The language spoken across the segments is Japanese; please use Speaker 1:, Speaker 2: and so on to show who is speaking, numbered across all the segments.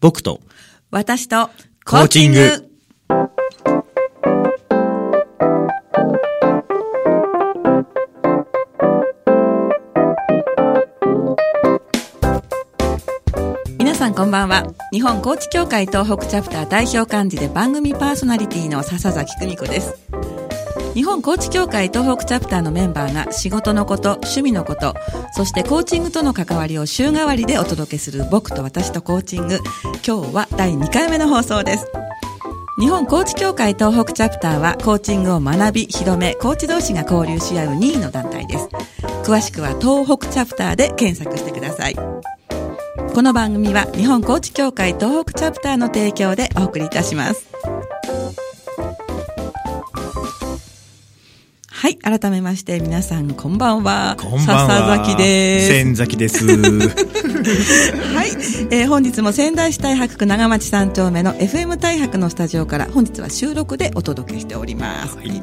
Speaker 1: 僕と
Speaker 2: 私と
Speaker 1: コーチング。
Speaker 2: 皆さんこんばんは。日本コーチ協会東北チャプター代表幹事で番組パーソナリティの笹崎久美子です。日本コーチ協会東北チャプターのメンバーが仕事のこと、趣味のこと、そしてコーチングとの関わりを週替わりでお届けする僕と私とコーチング。今日は第2回目の放送です。日本コーチ協会東北チャプターはコーチングを学び、広め、コーチ同士が交流し合う2位の団体です。詳しくは東北チャプターで検索してください。この番組は日本コーチ協会東北チャプターの提供でお送りいたします。はい、改めまして皆さんこんばんは。
Speaker 1: こんばんは
Speaker 2: 笹崎です。
Speaker 1: 千崎 です。
Speaker 2: はい、えー本日も仙台市太白区長町三丁目の FM 太白のスタジオから本日は収録でお届けしております、
Speaker 1: はい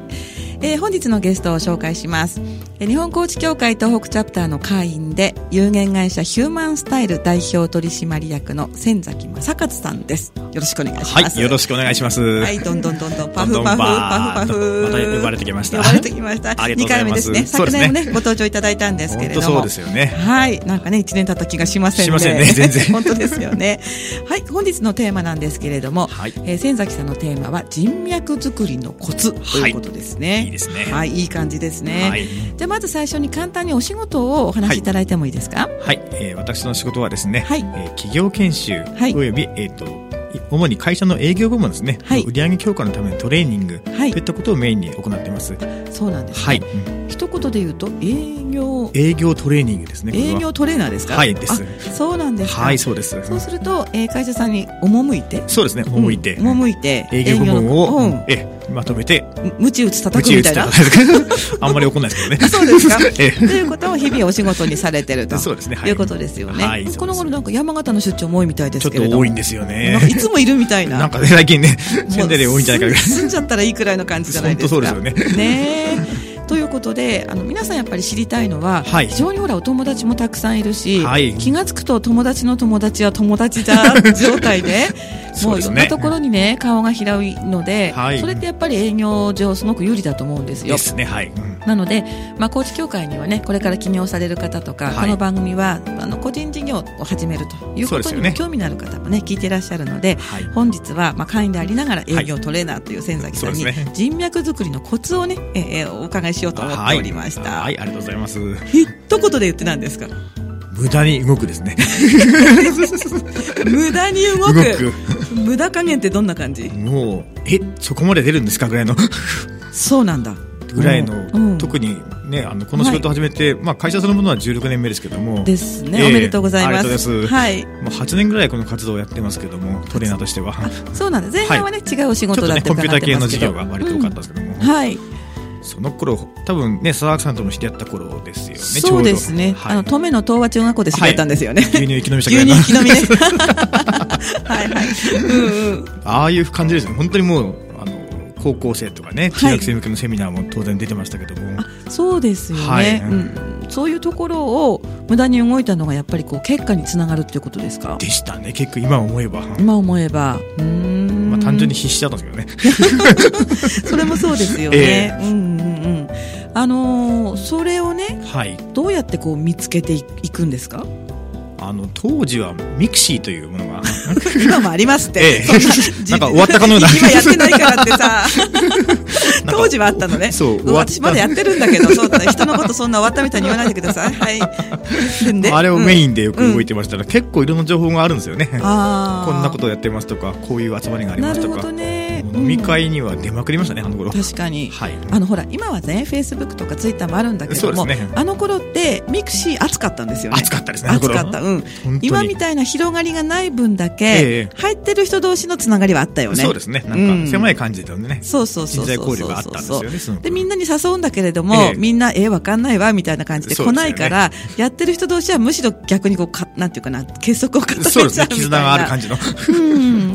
Speaker 2: えー本日のゲストを紹介しますえー日本コーチ協会東北チャプターの会員で有限会社ヒューマンスタイル代表取締役の仙崎正勝さんですよろしくお願いします
Speaker 1: はい、よろしくお願いします。
Speaker 2: はい、どんどんどんどん、パフ
Speaker 1: どんど
Speaker 2: パ
Speaker 1: ん
Speaker 2: フ、パ
Speaker 1: バー
Speaker 2: フパフ。
Speaker 1: また呼ばれてきました
Speaker 2: 呼ばれてきました。
Speaker 1: ありがとうございます
Speaker 2: 二回目ですね。
Speaker 1: そうで
Speaker 2: 昨
Speaker 1: すね
Speaker 2: 年もね、ご登場いただいたんですけれども。
Speaker 1: 本当そうですよね
Speaker 2: はい。なんかね、一年経った気がしませんね。
Speaker 1: しませんね 全然
Speaker 2: 本当ですよね。はい、本日のテーマなんですけれども、
Speaker 1: はい
Speaker 2: えー仙崎さんのテーマは人脈作りのコツということですね。
Speaker 1: はいいいですね
Speaker 2: はい、いい感じですね。
Speaker 1: はい
Speaker 2: じゃあまず最初に簡単にお仕事をお話しいただいてもいいですか、
Speaker 1: はい、えー私の仕事はですね、
Speaker 2: はい
Speaker 1: えー企業研修
Speaker 2: はい
Speaker 1: および、えっ、と、い主に会社の営業部門ですね、
Speaker 2: はい
Speaker 1: 売上強化のためのトレーニング、
Speaker 2: はい
Speaker 1: といったことをメインに行っています。は
Speaker 2: そうなんです、
Speaker 1: い、
Speaker 2: ね。一言で言うと、営業、
Speaker 1: 営業トレーニングですね、これ
Speaker 2: 営
Speaker 1: は
Speaker 2: 業トレーナーですか
Speaker 1: はいです
Speaker 2: あそうなんですか。
Speaker 1: はい、そうです。
Speaker 2: そうすると、えー会社さんに赴いて、
Speaker 1: そうですね、思いて、
Speaker 2: うん赴いて、
Speaker 1: 営業部門を、
Speaker 2: 営業
Speaker 1: うん
Speaker 2: の
Speaker 1: えまとめて、
Speaker 2: うん、む鞭打つ叩
Speaker 1: 口
Speaker 2: く
Speaker 1: 打ち
Speaker 2: みたい
Speaker 1: と
Speaker 2: な
Speaker 1: か。ですけど あんまり怒んない ですけどね。
Speaker 2: そうですか。と
Speaker 1: ええ
Speaker 2: いうことを日々お仕事にされてると。
Speaker 1: そうですねはい
Speaker 2: い。うことですよね。
Speaker 1: はいそうです
Speaker 2: この頃なんか山形の出張も多いみたいで
Speaker 1: ちょ
Speaker 2: す
Speaker 1: っ
Speaker 2: けれど
Speaker 1: と
Speaker 2: も。
Speaker 1: 多いんですよ
Speaker 2: な
Speaker 1: ね
Speaker 2: んか。いつもいるみたいな。
Speaker 1: なんかね、最近ね、
Speaker 2: も
Speaker 1: 仙
Speaker 2: う
Speaker 1: 台で多いんじゃないかぐらい。
Speaker 2: 住んじゃったらいいくらいの感じじゃないですか。
Speaker 1: 本当そうですよ
Speaker 2: ね。えということで、あの、皆さんやっぱり知りたいのは、
Speaker 1: はい
Speaker 2: 非常にほら、お友達もたくさんいるし、
Speaker 1: はい
Speaker 2: 気がつくと友達の友達は友達だ 状態で、
Speaker 1: そ
Speaker 2: も
Speaker 1: うで
Speaker 2: うい
Speaker 1: す
Speaker 2: ろ
Speaker 1: ね
Speaker 2: んなところにね、顔が広いので、
Speaker 1: はい
Speaker 2: それってやっぱり営業上すごく有利だと思うんですよ。
Speaker 1: ですね、はい。うん
Speaker 2: なので、まあ、コーチ協会にはね、これから起業される方とか、
Speaker 1: はい
Speaker 2: この番組は、あの、個人事業を始めるという
Speaker 1: そうで
Speaker 2: こ
Speaker 1: す
Speaker 2: と
Speaker 1: よ
Speaker 2: に
Speaker 1: ね
Speaker 2: も興味のある方もね、聞いていらっしゃるので、
Speaker 1: はい
Speaker 2: 本日は、まあ、会員でありながら営業トレーナーという仙崎さん
Speaker 1: そ
Speaker 2: に
Speaker 1: うですね、
Speaker 2: 人脈作りのコツをね、えーえーお伺いしようと思っ
Speaker 1: は
Speaker 2: て
Speaker 1: い。
Speaker 2: おりました。
Speaker 1: はい、ありがとうございます。
Speaker 2: 一言で言ってなんですか
Speaker 1: 無駄に動くですね。
Speaker 2: 無駄に動
Speaker 1: 動
Speaker 2: く
Speaker 1: く。
Speaker 2: 無駄加減ってどんな感じ
Speaker 1: もう、え、そこまで出るんですかぐらいの、
Speaker 2: そうなんだ。
Speaker 1: ぐらい
Speaker 2: うんう
Speaker 1: の、
Speaker 2: ん
Speaker 1: 特にね、あの、この仕事を始めて、まあ会社そのものは16年目ですけども、
Speaker 2: ですね、
Speaker 1: ええ
Speaker 2: おめでとうございます。
Speaker 1: ありがとうございます
Speaker 2: はい。
Speaker 1: もう8年ぐらいこの活動をやってますけども、トレーナーとしては。
Speaker 2: あそうなんです。前半はね、違うお仕
Speaker 1: ちょっ
Speaker 2: 事
Speaker 1: と
Speaker 2: だっ
Speaker 1: ね、
Speaker 2: て
Speaker 1: コンピュー
Speaker 2: 伺
Speaker 1: タ
Speaker 2: っ
Speaker 1: ー
Speaker 2: て
Speaker 1: 系
Speaker 2: ま
Speaker 1: の
Speaker 2: すけ
Speaker 1: 授
Speaker 2: ど。
Speaker 1: 業が割と多かったんですけども、
Speaker 2: うんはい。
Speaker 1: その頃、多分ね、佐々木さんとも知り合った頃ですよね、ちょ
Speaker 2: そうう
Speaker 1: ど
Speaker 2: ですね。
Speaker 1: はい
Speaker 2: あの、登米の東和中学校で知り合ったんですよね。
Speaker 1: 牛乳生き延びしたぐら
Speaker 2: 牛
Speaker 1: い
Speaker 2: 乳
Speaker 1: の
Speaker 2: 引き飲みね。 はいはい。うんうん。
Speaker 1: ああいう感じですね。本当にもう、あの、高校生とかね、
Speaker 2: はい
Speaker 1: 中学生向けのセミナーも当然出てましたけども、
Speaker 2: そうですよね、
Speaker 1: はい
Speaker 2: うん。そういうところを無駄に動いたのがやっぱりこう結果につながるっていうことですか
Speaker 1: でしたね、結構今思えば。
Speaker 2: 今思えば。うーん。
Speaker 1: まあ、単純に。必死だったんですけどね。
Speaker 2: それもそうで すよね。うんうんうん。あのーそれをね、
Speaker 1: はい。
Speaker 2: どうやってこう見つけていくんですか
Speaker 1: あの、当時はミクシーというものが、
Speaker 2: 今もありますって。
Speaker 1: ええ
Speaker 2: そ
Speaker 1: な
Speaker 2: んな
Speaker 1: んか終わったかのような
Speaker 2: 今やってないから って
Speaker 1: なんか
Speaker 2: さ。当時はあったのね。
Speaker 1: そう終わった
Speaker 2: 私まだやってるんだけど、そうだ人のことそんな終わったみたいに言わないでください。はい。で ね
Speaker 1: あれをメ
Speaker 2: ン。
Speaker 1: インでよく動いてましたら、結構いろんな情報があるんですよね。こ
Speaker 2: ああ。
Speaker 1: んなことをやってますとか、こういう集まりがありま
Speaker 2: な
Speaker 1: す
Speaker 2: る
Speaker 1: と
Speaker 2: ほ
Speaker 1: か、
Speaker 2: どね。
Speaker 1: もう飲み会には出まくりましたね、あの頃。
Speaker 2: うん確かに。
Speaker 1: はい。
Speaker 2: あのほら今はね、フェイスブックとかツイッターもあるんだけど
Speaker 1: そ
Speaker 2: も、
Speaker 1: うですね
Speaker 2: あの頃ってミクシー熱かったんですよね。
Speaker 1: 暑かったですね、あの
Speaker 2: 暑
Speaker 1: 頃。
Speaker 2: かった、うん
Speaker 1: 本当に
Speaker 2: 今みたいな広がりがない分だ
Speaker 1: ええ
Speaker 2: け、入ってる人同士のつながりはあったよね。
Speaker 1: そうですね。なんか、狭い感じだったんでね。
Speaker 2: そうそうそ
Speaker 1: 人
Speaker 2: う
Speaker 1: 材
Speaker 2: そうそう
Speaker 1: 交流があったんですよね、その頃
Speaker 2: でみんなに誘うんだけれども、
Speaker 1: ええ
Speaker 2: みんな、ええわかんないわみたいな感じで
Speaker 1: そう
Speaker 2: 来
Speaker 1: ですよ
Speaker 2: な
Speaker 1: ね
Speaker 2: いから、やってる人同士はむしろ逆にこうか、なんていうかな、 結束を固めちゃうみたい
Speaker 1: そう
Speaker 2: な。
Speaker 1: ですね、絆がある感じの。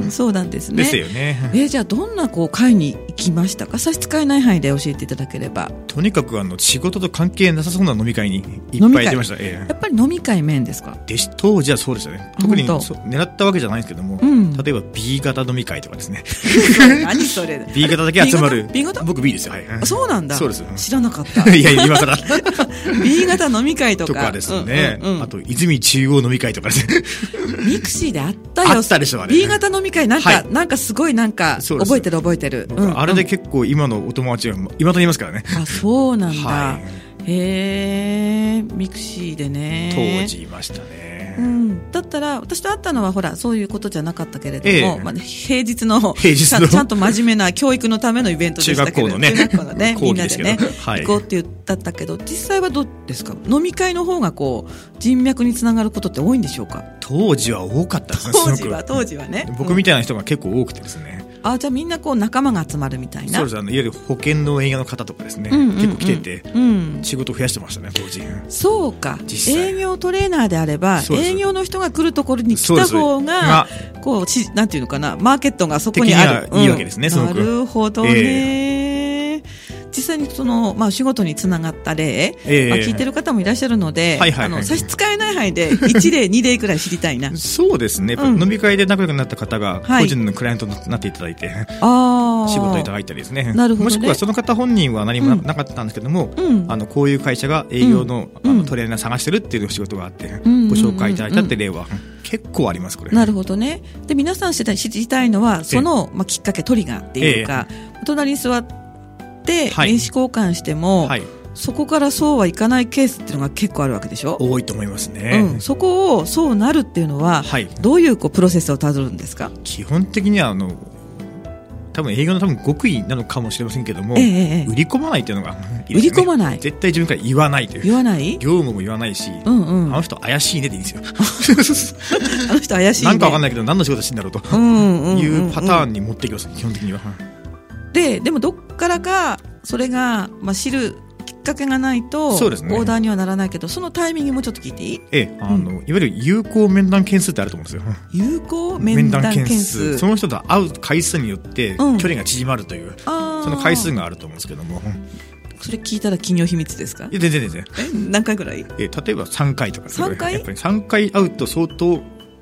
Speaker 2: うん、そうなんですね。
Speaker 1: ですよね。
Speaker 2: えーじゃあどんんなこう会に行きましたか差し支えない範囲で教えていただければ
Speaker 1: とにかくあの仕事と関係なさそうな飲み会にい
Speaker 2: 飲
Speaker 1: っ
Speaker 2: み
Speaker 1: ぱ
Speaker 2: 会
Speaker 1: い出ました、え
Speaker 2: やっぱり飲み会面ですか
Speaker 1: え、でし当時はそうでしたね特に
Speaker 2: 本当
Speaker 1: そう狙ったわけじゃないんですけども、
Speaker 2: うん
Speaker 1: 例えば B 型飲み会とかですね
Speaker 2: 何それ
Speaker 1: B 型だけ集まる
Speaker 2: B 型 B 型
Speaker 1: 僕 B ですよ、はい、
Speaker 2: あそうなんだ
Speaker 1: そうですうん
Speaker 2: 知らなかった
Speaker 1: いやいや今 更
Speaker 2: B 型飲み会とか
Speaker 1: とかですね、
Speaker 2: うんうんうん
Speaker 1: あと泉中央飲み会とかですね
Speaker 2: ミクシーであったよ
Speaker 1: あったでしょあれ
Speaker 2: B 型飲み会なんか、
Speaker 1: はい
Speaker 2: なんかすごいなんか
Speaker 1: そうです
Speaker 2: 覚えてる覚えてる、
Speaker 1: 僕あれ
Speaker 2: で
Speaker 1: で結構今のお友達がいまだにいますからね
Speaker 2: あそうなんだ、
Speaker 1: はい
Speaker 2: へえミクシーでね
Speaker 1: 当時いましたね、
Speaker 2: うん、だったら私と会ったのはほらそういうことじゃなかったけれども、
Speaker 1: ええ
Speaker 2: まあね、平日の
Speaker 1: 平日の
Speaker 2: ちゃんち ゃんと真面目な教育のためのイベントでしたけど
Speaker 1: 中学校のね
Speaker 2: 中学校のね
Speaker 1: 講
Speaker 2: みん
Speaker 1: 義
Speaker 2: な
Speaker 1: です
Speaker 2: で
Speaker 1: けど
Speaker 2: ね、
Speaker 1: はい
Speaker 2: 行こうって言ったったけど実際はどうですか飲み会の方がこう人脈につながることって多いんでしょうか
Speaker 1: 当時は多かったですね
Speaker 2: 当
Speaker 1: す
Speaker 2: 時
Speaker 1: ご
Speaker 2: は
Speaker 1: く
Speaker 2: 当時はね
Speaker 1: 僕みたいな人が結構多くてですね、
Speaker 2: うんあじゃあみんなこう仲間が集まるみたいな
Speaker 1: そうですあのいわゆる保険の映画の方とかですね、
Speaker 2: うんうんうん
Speaker 1: 結構来てて
Speaker 2: うん
Speaker 1: 仕事増やしてましたね当時
Speaker 2: そうか
Speaker 1: 実際
Speaker 2: 営業トレーナーであれば
Speaker 1: そうです
Speaker 2: 営業の人が来るところに来
Speaker 1: そうで
Speaker 2: た
Speaker 1: すそうで
Speaker 2: 方
Speaker 1: す
Speaker 2: が
Speaker 1: が
Speaker 2: こうしなんていうのかなマーケットがそこにある
Speaker 1: 的にはいいわけですね
Speaker 2: うん
Speaker 1: すごく
Speaker 2: なるほどね、実際にその、まあ、仕事につながった例、
Speaker 1: ええ
Speaker 2: まあ、聞いてる方もいらっしゃるので、
Speaker 1: はいはいはい
Speaker 2: あの差し支えない範囲で1例2例くらい知りた いな
Speaker 1: そうですね、
Speaker 2: うん
Speaker 1: 飲み会で仲良くなった方が
Speaker 2: はい
Speaker 1: 個人のクライアントになっていただいて、
Speaker 2: あー
Speaker 1: 仕事をいただいたりですね
Speaker 2: なるほ
Speaker 1: も
Speaker 2: どね
Speaker 1: しくはその方本人は何もな,、
Speaker 2: うん
Speaker 1: かったんですけども、
Speaker 2: うん
Speaker 1: あのこういう会社が営業の,、
Speaker 2: うん
Speaker 1: あ
Speaker 2: う
Speaker 1: の
Speaker 2: ん
Speaker 1: トレーナー探してるっていう仕事があって、
Speaker 2: ん
Speaker 1: ご紹介いただいたって例は結構ありますこれ
Speaker 2: なるほどね。で、皆さん知りたい知りたいのは、その、まあ、きっかけ、トリガーっていうか、隣に座って、名
Speaker 1: は
Speaker 2: 刺
Speaker 1: い
Speaker 2: 交換しても、
Speaker 1: はい
Speaker 2: そこからそうはいかないケースっていうのが結構あるわけでしょ、
Speaker 1: 多いと思いますね、
Speaker 2: うん。そこをそうなるっていうのは、
Speaker 1: はい
Speaker 2: どういうこうプロセスをたどるんですか
Speaker 1: 基本的にはあの多分営業の多分極意なのかもしれませんけども、
Speaker 2: ええええ
Speaker 1: 売り込まないっていうのがいいですね、
Speaker 2: 売り込まない
Speaker 1: 絶対自分から言わないという
Speaker 2: 言わない
Speaker 1: 業務も言わないし、
Speaker 2: うんう
Speaker 1: あ
Speaker 2: ん。
Speaker 1: の
Speaker 2: あ
Speaker 1: 人怪しいねでいいん ですよ
Speaker 2: の人怪しい、ね。
Speaker 1: なんかわかん
Speaker 2: ない。
Speaker 1: ないけど何の仕事してんだろうと
Speaker 2: うんうんうん、
Speaker 1: いうパター
Speaker 2: ン。
Speaker 1: ンに持っていきます、基本的には
Speaker 2: で、でもどっからか、それが、まあ、知るきっかけがないと、
Speaker 1: そうですね
Speaker 2: オーダーにはならないけど、そのタイミングもちょっと聞いていい
Speaker 1: ええあの、いわゆる有効面談件数ってあると思うんですよ
Speaker 2: 有効面談件数
Speaker 1: その人と会う回数によって
Speaker 2: うん
Speaker 1: 距離が縮まるという、
Speaker 2: あー
Speaker 1: その回数があると思うんですけども
Speaker 2: それ聞いたら企業秘密ですか
Speaker 1: いや全然全然
Speaker 2: え何回ぐらい
Speaker 1: えー例えば3回とか
Speaker 2: 3回
Speaker 1: やっぱり3回会うと相当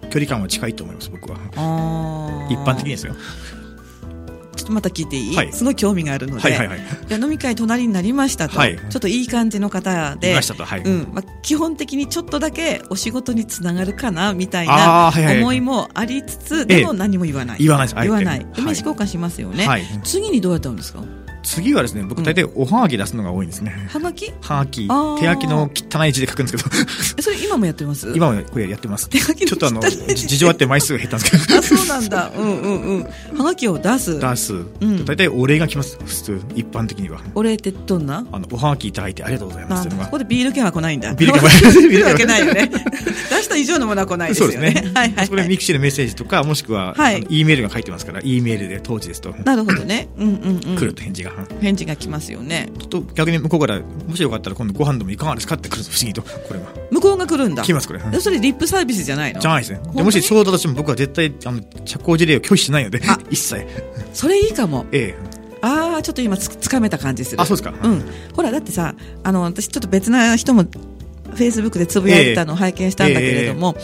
Speaker 1: 距離感は近いと思います僕は
Speaker 2: あー
Speaker 1: 一般的にですよ
Speaker 2: ちょっとまた聞いていい、
Speaker 1: はい
Speaker 2: すごい興味があるので、
Speaker 1: はいはいはい
Speaker 2: いや飲み会隣になりましたと、
Speaker 1: はい
Speaker 2: ちょっといい感じの方で
Speaker 1: いましたとはい、
Speaker 2: うんまあ、基本的にちょっとだけお仕事につながるかなみたい
Speaker 1: あー
Speaker 2: な
Speaker 1: はいはい
Speaker 2: 思いもありつつ、
Speaker 1: ええ
Speaker 2: でも何も言わない、
Speaker 1: 言わないですあえて
Speaker 2: 言わないで
Speaker 1: はい
Speaker 2: 名刺交換しますよね、
Speaker 1: はい
Speaker 2: 次にどうやったんですか
Speaker 1: 次はですね僕大体おはがき出すのが多いんですね、
Speaker 2: はがき
Speaker 1: はがき
Speaker 2: あー
Speaker 1: 手書きの汚い字で書くんですけど
Speaker 2: えそれ今もやってます
Speaker 1: 今もこれやってます
Speaker 2: 手書きの
Speaker 1: ちょっとあの
Speaker 2: 汚い字で
Speaker 1: 事情あって枚数が減ったんですけ
Speaker 2: あそうなんだうんうんうんはがきを出す
Speaker 1: ど出す、
Speaker 2: ん
Speaker 1: 大体お礼が来ます普通一般的には
Speaker 2: お礼ってどんな
Speaker 1: あのおはがきいただいてありがとうございます
Speaker 2: あ
Speaker 1: っていうの
Speaker 2: そ
Speaker 1: が
Speaker 2: こでビール券は来ないんだ。
Speaker 1: ビール券 は来ない
Speaker 2: ビール券は来ないよね。 出した以上のものは来ないです
Speaker 1: そ
Speaker 2: よ
Speaker 1: う
Speaker 2: ね。
Speaker 1: ですね。
Speaker 2: はいはい
Speaker 1: それ
Speaker 2: は
Speaker 1: にミ
Speaker 2: い。
Speaker 1: クシーのメッセージとか、もしくは、
Speaker 2: はい
Speaker 1: あの E メールが書いてますから、E メールで当時ですと、来
Speaker 2: なるほどね。うんうんうん。
Speaker 1: ると返事が。
Speaker 2: 返事が来ますよね。
Speaker 1: と逆に向こうから、もしよかったら今度ご飯でもいかがですかって来るんです不思議と。これは。
Speaker 2: 向こうが来るんだ。
Speaker 1: 来ます、これ。
Speaker 2: で
Speaker 1: じ
Speaker 2: それリップサービスじゃないの
Speaker 1: ゃないですね
Speaker 2: 本当
Speaker 1: で。
Speaker 2: に
Speaker 1: もしそうだとしても僕は絶対、あの、社交辞令を拒否し ないので、一切。
Speaker 2: それいいかも。
Speaker 1: ええ。
Speaker 2: ああ、ちょっと今つつかめた感じする。
Speaker 1: あそうですか
Speaker 2: うん。ほら、だってさ、あの、私ちょっと別な人も、フェイスブックでつぶやいたのを拝見したんだけれども、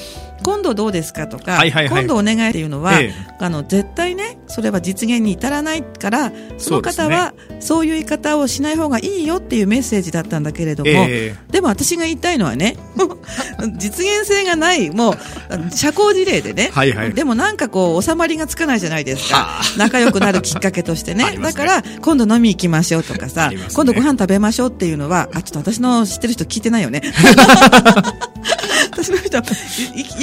Speaker 2: 今度どうですかとか、
Speaker 1: はいはいはい
Speaker 2: 今度お願いっていうのは、
Speaker 1: え
Speaker 2: あの絶対ね、それは実現に至らないから、その方はそういう言い方をしない方がいいよっていうメッセージだったんだけれども、
Speaker 1: ええ
Speaker 2: でも私が言いたいのはね、実現性がない、もう、あの社交辞令でね、
Speaker 1: はいはい
Speaker 2: でもなんかこう、収まりがつかないじゃないですか
Speaker 1: はあ。
Speaker 2: 仲良くなるきっかけとして ね。
Speaker 1: ありま
Speaker 2: だ
Speaker 1: す
Speaker 2: か
Speaker 1: ね
Speaker 2: ら、今度飲み行きましょうとかさ、
Speaker 1: ありますね
Speaker 2: 今度ご飯食べましょうっていうのは、あ、ちょっと私の知ってる人聞いてない よね。私の人、い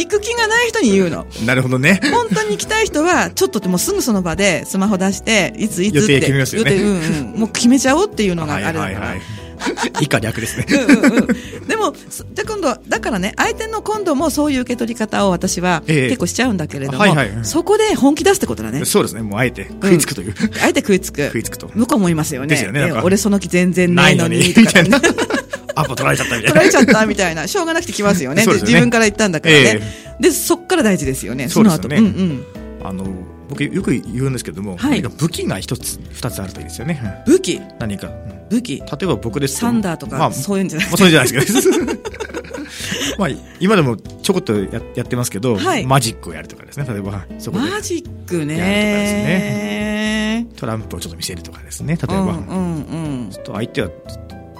Speaker 2: 行く気がない人に言うの。
Speaker 1: なるほどね。
Speaker 2: 本当に行きたい人は、ちょっとでもうすぐその場でスマホ出して、いついつって。
Speaker 1: 予定決めますよね
Speaker 2: 予定うんうん。もう決めちゃおうっていうのがあるのかな。
Speaker 1: い。以下略ですね。
Speaker 2: うんうんうんでも、そじゃあ今度、だからね、相手の今度もそういう受け取り方を私は
Speaker 1: ええ
Speaker 2: 結構しちゃうんだけれども、
Speaker 1: はいはい
Speaker 2: そこで本気出すってことだね。
Speaker 1: そうですね。もうあえて食いつくという。
Speaker 2: あえて食いつく。
Speaker 1: 食いつくと
Speaker 2: 向こうもいますよね。
Speaker 1: ですよねなんか
Speaker 2: ええ俺その気全然な
Speaker 1: ないい
Speaker 2: の
Speaker 1: の
Speaker 2: に、
Speaker 1: に、
Speaker 2: み
Speaker 1: み
Speaker 2: た
Speaker 1: た
Speaker 2: い
Speaker 1: い
Speaker 2: な
Speaker 1: な。。アポ取られちゃったみたいな
Speaker 2: 取ら。れちゃったみたいな。しょうがなくて来ますよね。
Speaker 1: そうで
Speaker 2: で
Speaker 1: すね
Speaker 2: 自分から言ったんだからね。
Speaker 1: え
Speaker 2: で、そっから大事ですよね。
Speaker 1: そうですよ
Speaker 2: の後。
Speaker 1: ね
Speaker 2: うんうん。
Speaker 1: あの、僕よく言うんですけども、
Speaker 2: は
Speaker 1: 何
Speaker 2: い
Speaker 1: か武器が一つ二つあるといいですよね
Speaker 2: 武器
Speaker 1: うん何か、うん
Speaker 2: 武器
Speaker 1: 例えば僕ですと
Speaker 2: サンダーと
Speaker 1: ま
Speaker 2: か
Speaker 1: あ、
Speaker 2: そういうんじゃな
Speaker 1: もう
Speaker 2: く
Speaker 1: そ
Speaker 2: て
Speaker 1: れじゃないですけど まあ今でもちょこっとややってますけど、
Speaker 2: はい
Speaker 1: マジックをやるとかですね例えばそこで
Speaker 2: マジック
Speaker 1: やるとかです
Speaker 2: ね
Speaker 1: トランプをちょっと見せるとかですね例えば、
Speaker 2: うんうんうん
Speaker 1: ちょっと相手は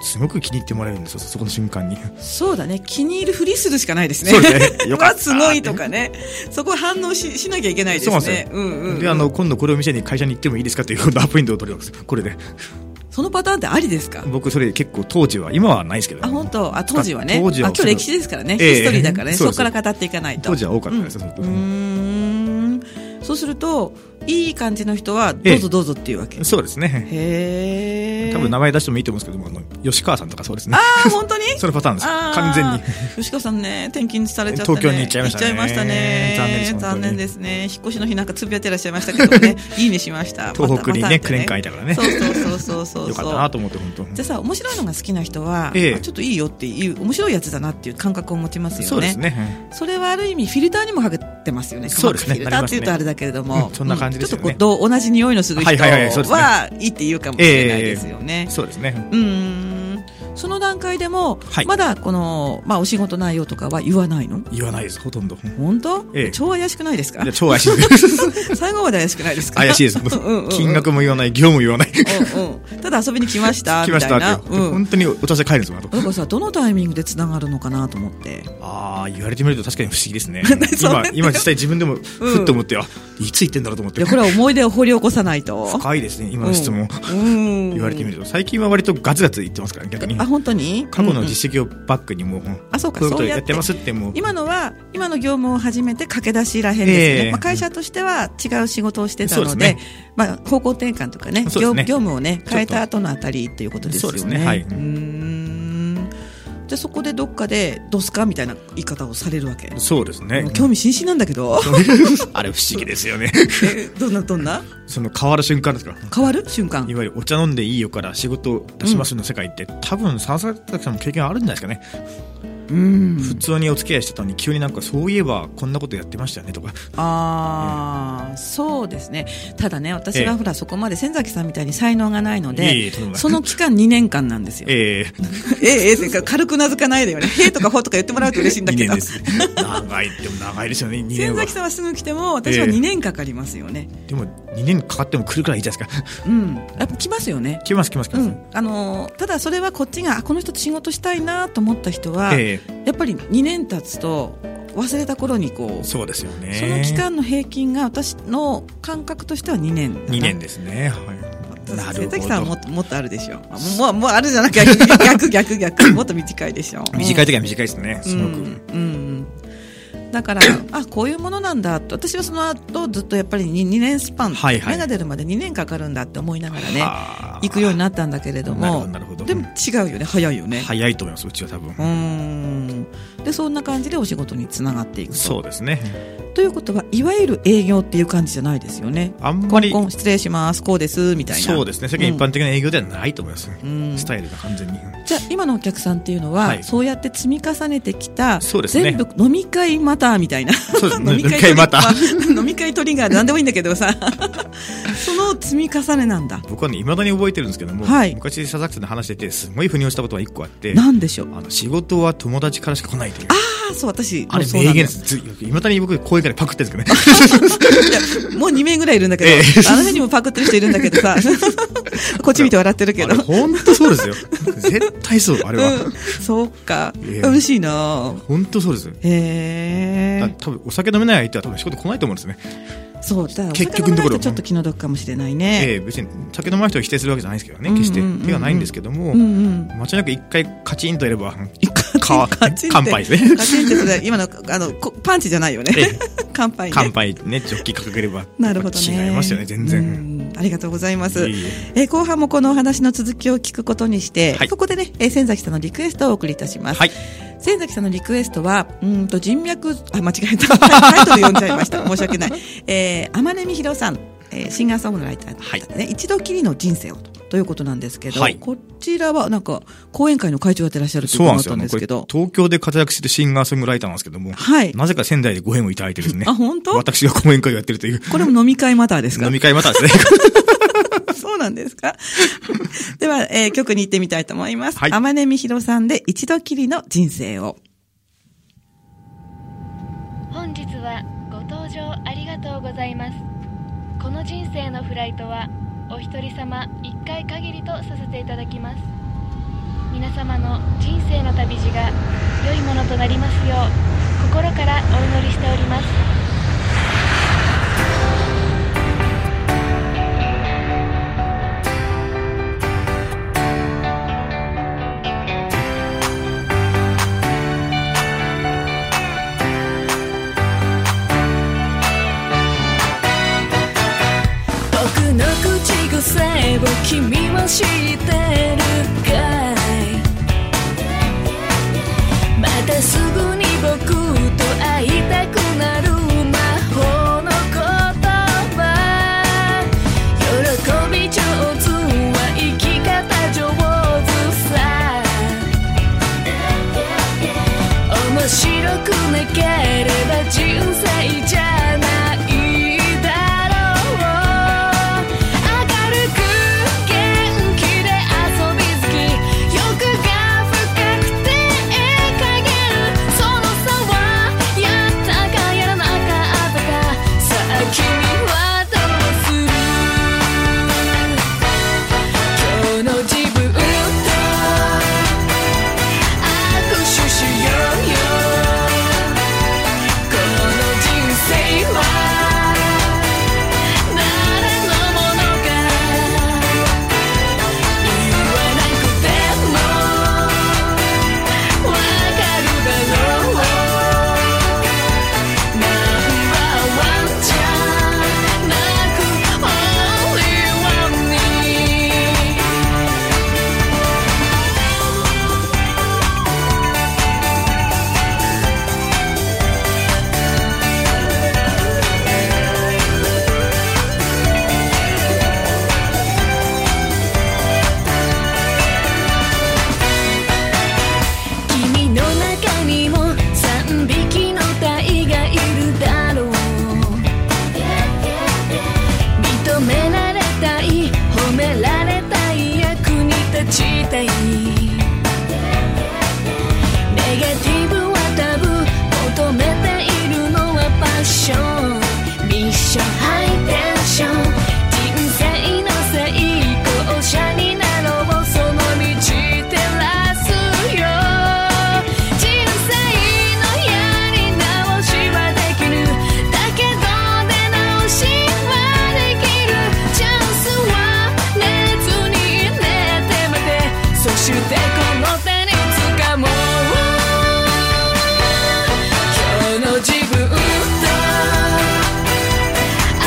Speaker 1: すごく気に入ってもらえるんですよそこの瞬間に、
Speaker 2: そうだね気に入るふりするしかないです ね
Speaker 1: そう ですねよかった
Speaker 2: わすごいとかねそこは反応ししなきゃいけないですね
Speaker 1: そうなんです
Speaker 2: うんうんうん
Speaker 1: であの今度これを見せに会社に行ってもいいですかという今度アポイントを取りますこれで
Speaker 2: そのパターンってありですか
Speaker 1: 僕それ結構当時は今はないですけど
Speaker 2: あ本当あ当時はね
Speaker 1: 当時は
Speaker 2: あ今日歴史ですからね、
Speaker 1: ええ
Speaker 2: ヒストリーだからね
Speaker 1: そう
Speaker 2: そ
Speaker 1: で
Speaker 2: こ
Speaker 1: す
Speaker 2: から語っていかないと
Speaker 1: 当時は多かったです、
Speaker 2: うん
Speaker 1: 本当
Speaker 2: う
Speaker 1: に
Speaker 2: ーんそうするといい感じの人はどうぞどうぞっていうわけ、
Speaker 1: そうですね
Speaker 2: へえ
Speaker 1: 多分名前出してもいいと思うんですけどもあの吉川さんとかそうですね
Speaker 2: ああ本 当に
Speaker 1: そのパターンです
Speaker 2: あー
Speaker 1: 完全に
Speaker 2: 吉川さんね転勤されちゃった、ね、
Speaker 1: 東京に行っちゃいましたね
Speaker 2: ね
Speaker 1: 残念です本当に
Speaker 2: 残念ですね引っ越しの日なんかつぶやってらっしゃいましたけどねいいねし ました
Speaker 1: 東北にね
Speaker 2: またまた
Speaker 1: クレーン会だからね
Speaker 2: そうそうそうそうそう
Speaker 1: よかったなと思って本当
Speaker 2: じゃあさ面白いのが好きな人は、
Speaker 1: ええ
Speaker 2: あちょっといいよっていう面白いやつだなっていう感覚を持ちますよね
Speaker 1: そうですね
Speaker 2: それはある意味フィルターにもかけてますよね。
Speaker 1: そうですね
Speaker 2: フィルターって言うとあれだけれど
Speaker 1: なり
Speaker 2: も、
Speaker 1: ますねうんそんな感じですよね
Speaker 2: ちょっとこうどう同じ匂いのする人
Speaker 1: はいはいはいそうですね
Speaker 2: はいいって言うかもしれないですよね。
Speaker 1: そうですね
Speaker 2: うーん。その段階でも、
Speaker 1: はい
Speaker 2: まだこのまあお仕事内容とかは言わないの？
Speaker 1: 言わないですほとんど
Speaker 2: 本当？
Speaker 1: ええ
Speaker 2: 超怪しくないですか
Speaker 1: いや？超怪しいです
Speaker 2: 最後まで怪しくないですか？
Speaker 1: 怪しいです
Speaker 2: うんうんうん
Speaker 1: 金額も言わない業務も言わない来
Speaker 2: うんうん。ただ遊びに来ま したみ
Speaker 1: ま
Speaker 2: た
Speaker 1: し
Speaker 2: い
Speaker 1: た
Speaker 2: な。
Speaker 1: って、
Speaker 2: うん。
Speaker 1: 本当にお茶して帰るんですよあと
Speaker 2: だからさどのタイミングでつながるのかなと思って。
Speaker 1: ああ言われてみると確かに不思議ですね
Speaker 2: そう
Speaker 1: 今今実際自分でもふっと思って、あいつ言ってんだろうと思っ
Speaker 2: い
Speaker 1: て
Speaker 2: やこれは思い出を掘り起こさないと。
Speaker 1: 深いですね今の質問、
Speaker 2: うん。
Speaker 1: 言われてみ
Speaker 2: る。
Speaker 1: ると最近は割とガツガツ言ってますから逆に
Speaker 2: あ本当に？
Speaker 1: 過去の
Speaker 2: うんうん
Speaker 1: 実績をバックにもう、
Speaker 2: あそうか
Speaker 1: こういうこ
Speaker 2: そ
Speaker 1: と
Speaker 2: うや
Speaker 1: や
Speaker 2: っ
Speaker 1: っててますってもう
Speaker 2: 今のは今の業務を始めて駆け出しらへんですね、
Speaker 1: ええ
Speaker 2: まあ、会社としては違う仕事をしてたの
Speaker 1: そう
Speaker 2: で
Speaker 1: ですね
Speaker 2: まあ、方向転換とかね
Speaker 1: そうで
Speaker 2: 業
Speaker 1: すね
Speaker 2: 業務をね
Speaker 1: っと
Speaker 2: 変えた後のあたりということですよね
Speaker 1: そうですねはいう
Speaker 2: ーんじゃあそこでどっかで「どすか?」みたいな言い方をされるわけ、
Speaker 1: そうですね
Speaker 2: もう興味津々なんだけど
Speaker 1: あれ不思議ですよね
Speaker 2: えどんなどんな
Speaker 1: その変わる瞬間ですから
Speaker 2: 変わる瞬間
Speaker 1: いわゆるお茶飲んでいいよから仕事を出しますの世界って、多分笹崎さんも経験あるんじゃないですかね、
Speaker 2: うん
Speaker 1: 普通にお付き合いしてたのに急になんかそういえばこんなことやってましたよねとか
Speaker 2: ああ、そうですねただね私
Speaker 1: え
Speaker 2: は
Speaker 1: え
Speaker 2: ほらそこまで先崎さんみたいに才能がないの
Speaker 1: いえい
Speaker 2: で
Speaker 1: えとんでもない
Speaker 2: その期間2年間なんですよ
Speaker 1: ええ
Speaker 2: ええ、ええ、てか軽く名付かないでよね。へえとかほとか言ってもらうと嬉しいんだ
Speaker 1: 2年
Speaker 2: けど
Speaker 1: で。す長いでも長いですよね2年
Speaker 2: 千
Speaker 1: は
Speaker 2: 崎さんはすぐ来ても、私は
Speaker 1: ええ
Speaker 2: 2年かかりますよね。
Speaker 1: でも2年かかっても来るくらいいいじゃないですか
Speaker 2: うん。やっぱ来ますよね。
Speaker 1: 来ます来ます来
Speaker 2: う
Speaker 1: ます、
Speaker 2: ん。あのーただそれはこっちが、あこの人と仕事したいなと思った人は、
Speaker 1: え
Speaker 2: やっぱり2年経つと、忘れた頃にこ
Speaker 1: え
Speaker 2: う、そ
Speaker 1: そうですよね
Speaker 2: の期間の平均が私の感覚としては2年だな。
Speaker 1: 2年ですねはいなる
Speaker 2: 千
Speaker 1: ほ
Speaker 2: 崎さ
Speaker 1: ど
Speaker 2: んはもっともっとあるでしょ。あもう、もうあるじゃなきゃ逆、逆、逆、もっと短いでしょ。
Speaker 1: 短い時は短いですねすごく、
Speaker 2: うんうんうん だからあこういうものなんだと私はその後ずっとやっぱり 2, 年スパン、
Speaker 1: はいはい
Speaker 2: 芽が出るまで2年かかるんだって思いながらね
Speaker 1: はあ
Speaker 2: 行くようになったんだけれど
Speaker 1: なるほ
Speaker 2: も
Speaker 1: どなるほど
Speaker 2: でも違うよね早いよね、
Speaker 1: 早いと思いますうちは多分、
Speaker 2: うーんでそんな感じでお仕事につながっていく
Speaker 1: そうですね
Speaker 2: ということはいわゆる営業っていう感じじゃないですよね
Speaker 1: あんまり
Speaker 2: コン失礼しますこうですみたいな
Speaker 1: そうですね世間一般的な営業ではないと思います、
Speaker 2: うん
Speaker 1: スタイルが完全に
Speaker 2: じゃあ今のお客さんっていうのは、
Speaker 1: はい
Speaker 2: そうやって積み重ねてきた、
Speaker 1: そうですね
Speaker 2: 全部飲み会またみたいな
Speaker 1: そうですね
Speaker 2: 飲み 会
Speaker 1: 飲み会また
Speaker 2: トリガー 飲み会トリガーで何でもいいんだけどさ その積み重ねなんだ
Speaker 1: 僕はねいまだに覚えてるんですけども、
Speaker 2: はい
Speaker 1: 昔佐々木さんと話しててすごい腑に落ちたことが一個あって
Speaker 2: なんでしょう
Speaker 1: あの仕事は友達からしか来ないという
Speaker 2: ああそう私
Speaker 1: あれ
Speaker 2: もうそう
Speaker 1: 名
Speaker 2: な
Speaker 1: 言
Speaker 2: んだ
Speaker 1: ですずいまだに僕声からパクってるんですけどね
Speaker 2: いやもう2名ぐらいいるんだけど、
Speaker 1: ええ
Speaker 2: あの辺にもパクってる人いるんだけど さこっち見て笑ってるけ
Speaker 1: あ
Speaker 2: ど
Speaker 1: れ本当そうですよ絶対そうあれは、
Speaker 2: うん、そうか、
Speaker 1: ええ
Speaker 2: 嬉しいな
Speaker 1: 本当そうです
Speaker 2: へえ
Speaker 1: だ多分お酒飲めない相手は多分仕事来ないと思うんですね、
Speaker 2: そうだ
Speaker 1: 結局のところ
Speaker 2: お酒飲まないちょっと気の毒かもしれないね、
Speaker 1: ええ別に酒飲まない人を否定するわけじゃないですけどね
Speaker 2: うんうんうん
Speaker 1: 決して手がないんですけども、
Speaker 2: うんうん
Speaker 1: 間違いなく一回カチンとやれ ば
Speaker 2: カ
Speaker 1: か
Speaker 2: チン
Speaker 1: 乾
Speaker 2: って
Speaker 1: 杯ですね
Speaker 2: カチンってそれ今のあのこパンチじゃないよね
Speaker 1: ええ。
Speaker 2: 乾杯ね。
Speaker 1: 乾杯ねジョッキ掲げれば
Speaker 2: なるほどね。
Speaker 1: 違いますよね全然
Speaker 2: うん。ありがとうございます。
Speaker 1: いえい
Speaker 2: えー後半もこのお話の続きを聞くことにして、
Speaker 1: はい
Speaker 2: ここでね、えー、千崎さんのリクエストをお送りいたします。
Speaker 1: はい
Speaker 2: 千崎さんのリクエストは、うーんと人脈、あ、間違えた。 タイトル読んじゃいま した。申し訳ない。えー、天音美博さん、えーシンガーソングライターの方でね、一度きりの人生をと。ということなんですけど、
Speaker 1: はい
Speaker 2: こちらはなんか講演会の会長やってらっしゃるという
Speaker 1: そ
Speaker 2: こ
Speaker 1: う
Speaker 2: と
Speaker 1: なん
Speaker 2: だ
Speaker 1: で
Speaker 2: っ
Speaker 1: すよ、ね
Speaker 2: たんで、す
Speaker 1: こ
Speaker 2: け
Speaker 1: れ
Speaker 2: ど、
Speaker 1: 東京で活躍してるシンガーソングライターなんですけども、
Speaker 2: はい
Speaker 1: なぜか仙台でご縁をいただいてですね
Speaker 2: あ、本当
Speaker 1: 私が講演会をやってるという、
Speaker 2: これも飲み会マターですか
Speaker 1: 飲み会またですね。
Speaker 2: そうなんですか では、えー曲に行ってみたいと思います。
Speaker 1: はい
Speaker 2: 天音みひろさんで一度きりの人生を。
Speaker 3: 本日はご搭乗ありがとうございますこの人生のフライトはお一人様1回限りとさせていただきます皆様の人生の旅路が良いものとなりますよう心からお祈りしております
Speaker 4: 僕の口癖を君は知ってるかいまたすぐに僕と会いたくなる魔法の言葉喜び上手は生き方上手さ面白くなければ人生じゃないだろう明るく元気で遊び好き欲が深くて描けるその差はやったかやらなかったかさあ君はどうする今日の自分と握手しようよ「この人生を」「誰のものか言わなくてもわかるだろう」「ナンバーワンじゃなくオンリーワンに」君の中にも3匹のタイがいるだろう認められたい褒められたい役に立ちたいネガティブはタブ求めているのはパッションミッションハイテンション人生の成功者になろうその道照らすよ人生のやり直しはできるだけど出直しはできるチャンスは熱に入れて待てそしてこの手に掴もう今日の自分と握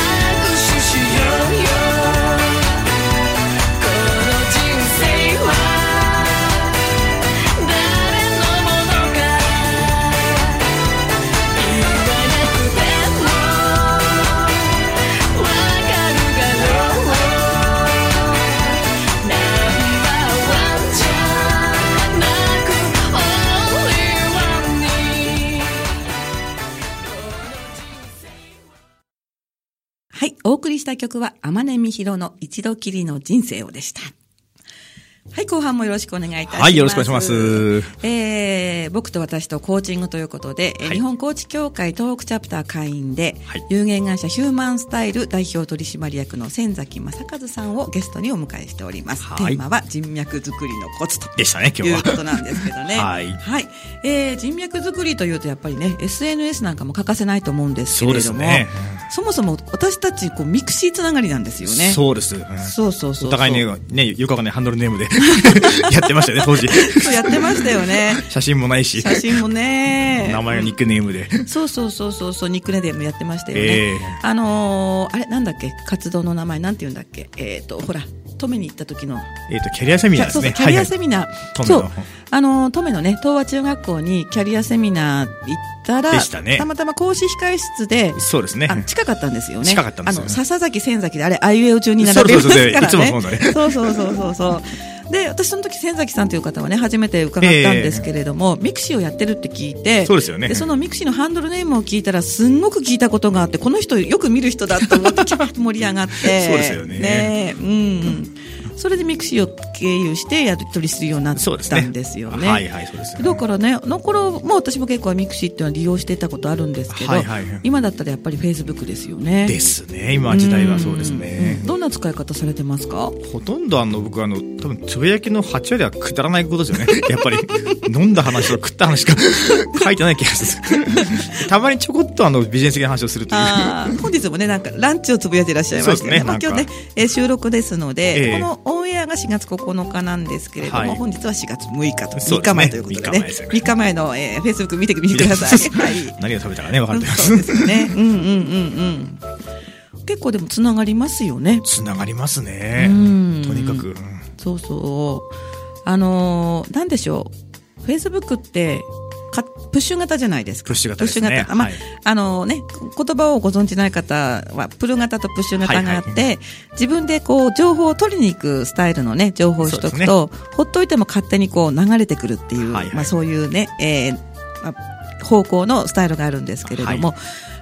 Speaker 4: 手しようよこの人生は誰のものか言わなくてもわかるだろうナンバーワンじゃなくオンリーワンに
Speaker 2: はい、お送りした曲は天音みひろの一度きりの人生をでした。はい、後半もよろしくお願いいたします。
Speaker 1: はいよろしくお願いします。
Speaker 2: えー、僕と私とコーチングということで、えー
Speaker 1: はい
Speaker 2: 日本コーチ協会東北チャプター会員で、
Speaker 1: はい
Speaker 2: 有限会社ヒューマンスタイル代表取締役の千崎正和さんをゲストにお迎えしております。
Speaker 1: はい
Speaker 2: テーマは人脈作りのコツと。
Speaker 1: でしたね、今日
Speaker 2: いうこと
Speaker 1: は。
Speaker 2: なんですけど ね。
Speaker 1: はい
Speaker 2: はい。えー、人脈作りというとやっぱりね、SNS なんかも欠かせないと思うんです
Speaker 1: そ
Speaker 2: け
Speaker 1: う
Speaker 2: れ
Speaker 1: です
Speaker 2: ども、
Speaker 1: ね。
Speaker 2: そもそも私たちこうミクシーつながりなんですよね。
Speaker 1: そうです。うん
Speaker 2: そうそうそうそう
Speaker 1: お互いね、ね、よくわかんないハンドルネー ムでやってましたよね、当時。
Speaker 2: そうやってましたよ ね。
Speaker 1: 写真もないし、
Speaker 2: 写真もね。
Speaker 1: 名前がニックネームで。
Speaker 2: そうそうそうそうそう、ニックネームやってましたよ
Speaker 1: え
Speaker 2: ね。
Speaker 1: え
Speaker 2: あのー、あれなんだっけ活動の名前なんて言うんだっけえっ、と、ほら、止めに行った時の。
Speaker 1: えっと、キャリアセミナーです
Speaker 2: そうそ
Speaker 1: ね。
Speaker 2: う、キャリア
Speaker 1: は
Speaker 2: セ
Speaker 1: い
Speaker 2: ミナー。
Speaker 1: トム
Speaker 2: そ
Speaker 1: の
Speaker 2: う。あの登米のね東和中学校にキャリアセミナー行ったら
Speaker 1: でしたね
Speaker 2: またま講師控え室で
Speaker 1: そうですね
Speaker 2: あ。の近かったんですよね。
Speaker 1: 近かったんですよね
Speaker 2: あの、笹崎、仙崎で、あれ、あいうえお中に並べますからね。
Speaker 1: そうそうそうそういつもそうだね
Speaker 2: そうそうそうそうそうで、私その時、仙崎さんという方はね、初めて伺ったんですけれども、ミクシーをやってるって聞いて、
Speaker 1: そうですよね
Speaker 2: そのミクシーのハンドルネームを聞いたら、すんごく聞いたことがあって、この人よく見る人だと 思って、キャーッと盛り上がって。
Speaker 1: そうですよね
Speaker 2: ねえうん。それでミクシーを経由してやり取りするようになっ
Speaker 1: そうですね。
Speaker 2: たんですよね。
Speaker 1: はいはい、そうですよね。
Speaker 2: だからね、あの頃も私も結構ミクシーっていうのは利用してたことあるんですけど、
Speaker 1: はいはいはい
Speaker 2: 今だったらやっぱりフェイスブックですよね。
Speaker 1: ですね。今時代はそうですね
Speaker 2: うん。どんな使い方されてま すか
Speaker 1: ほとんどあの僕あの多分つぶやきの8割はくだらないことですよね。 やっぱり飲んだ話と食った話しか 書いてない気がする。たまにちょこっとあのビジネス的な話をするという。
Speaker 2: あー本日もね、なんかランチをつぶやいていらっしゃいました
Speaker 1: そう
Speaker 2: よ
Speaker 1: ですね
Speaker 2: ね。まあ、今
Speaker 1: なん
Speaker 2: 日
Speaker 1: か
Speaker 2: ね、えー収録ですので、
Speaker 1: ええ
Speaker 2: このオンエアが4月9日なんですけれども、
Speaker 1: はい
Speaker 2: 本日は4月6日と、
Speaker 1: そうですね
Speaker 2: 3日前ということでね、
Speaker 1: 三日前ですよ
Speaker 2: 3, 日前の、えー、Facebook 見てみてく ださい。はい。
Speaker 1: 何を食べたかね分かってま。
Speaker 2: そうですすよね。うんうんうんうん。結構でもつながりますよね。
Speaker 1: つながりますね。
Speaker 2: うん
Speaker 1: とにかく。うん
Speaker 2: そうそう。あのーなんでしょう。Facebook って、かプッシュ型じゃないですか。
Speaker 1: プッシュ型ですね
Speaker 2: プッシュ型。まあ、
Speaker 1: はい
Speaker 2: あのね、言葉をご存知ない方は、プル型とプッシュ型があって、
Speaker 1: はいは
Speaker 2: 自分でこう、情報を取りに行くスタイルのね、情報をしとく
Speaker 1: そ
Speaker 2: と、ほっといても勝手にこう流れてくるっていう、
Speaker 1: はいはい
Speaker 2: まあそういうね、えーまあ方向のスタイルがあるんですけれども、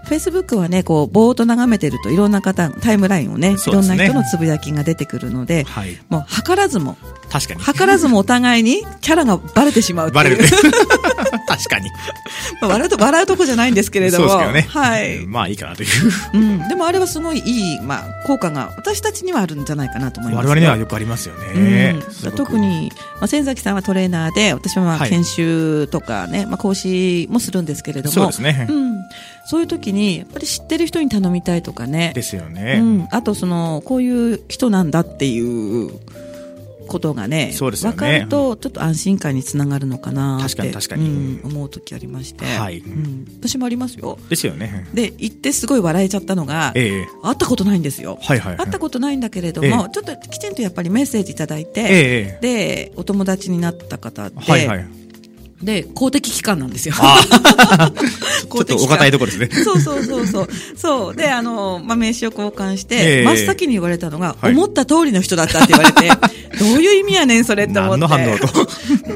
Speaker 2: Facebook はね、こう、ぼーっと眺めてると、いろんな方、タイムラインをね、い
Speaker 1: そう
Speaker 2: ろ
Speaker 1: で
Speaker 2: ん
Speaker 1: すね
Speaker 2: な人のつぶやきが出てくるので、
Speaker 1: はい。
Speaker 2: もう、図らずも、
Speaker 1: 確かに。
Speaker 2: 図らずもお互いにキャラがバレてしまうってい
Speaker 1: バ
Speaker 2: う
Speaker 1: レ るね。確かに。
Speaker 2: まあ笑うと、笑うとこじゃないんですけれども。
Speaker 1: そうですけどね。
Speaker 2: はい。
Speaker 1: まあいいかなという。
Speaker 2: うん。でもあれはすごいいい、まあ、効果が私たちにはあるんじゃないかなと思い
Speaker 1: 我
Speaker 2: ます。
Speaker 1: 々にはよくありますよね。すご
Speaker 2: うん、
Speaker 1: く
Speaker 2: 特。に、まあ、千崎さんはトレーナーで、私はま
Speaker 1: は
Speaker 2: あ
Speaker 1: い
Speaker 2: 研修とかね、まあ、講師もするんですけれども、
Speaker 1: そうですね
Speaker 2: うん、そういう時に、やっぱり知ってる人に頼みたいとかね、
Speaker 1: ですよ
Speaker 2: う
Speaker 1: ね。
Speaker 2: ん、あとその、こういう人なんだっていうことがね、
Speaker 1: そうですよね
Speaker 2: 分かると、ちょっと安心感につながるのかなっ
Speaker 1: 確
Speaker 2: て
Speaker 1: かに確かに
Speaker 2: うん思う時ありまして、
Speaker 1: はい
Speaker 2: うん、私もありますよ。
Speaker 1: ですよね。
Speaker 2: で、行ってすごい笑えちゃったのが、
Speaker 1: ええ。
Speaker 2: 会ったことないんですよ。
Speaker 1: はいはい。
Speaker 2: 会ったことないんだけれど
Speaker 1: ええ
Speaker 2: も、ちょっときちんとやっぱりメッセージいただい
Speaker 1: ええ
Speaker 2: て、
Speaker 1: え
Speaker 2: で、お友達になった方で、
Speaker 1: え。はいはい。
Speaker 2: で、公的機関なんですよ。
Speaker 1: あ あ、ちょ
Speaker 2: 公
Speaker 1: っと
Speaker 2: 的
Speaker 1: お
Speaker 2: 機
Speaker 1: 堅い
Speaker 2: 関
Speaker 1: ところです ね。
Speaker 2: そうそうそうそう。そう。で、あの、まあ、名刺を交換して、
Speaker 1: ええ
Speaker 2: 真っ先に言われたのが、
Speaker 1: はい
Speaker 2: 思った通りの人だったって言われ て、どういう意味やねん、それって思って。
Speaker 1: 何の反応と。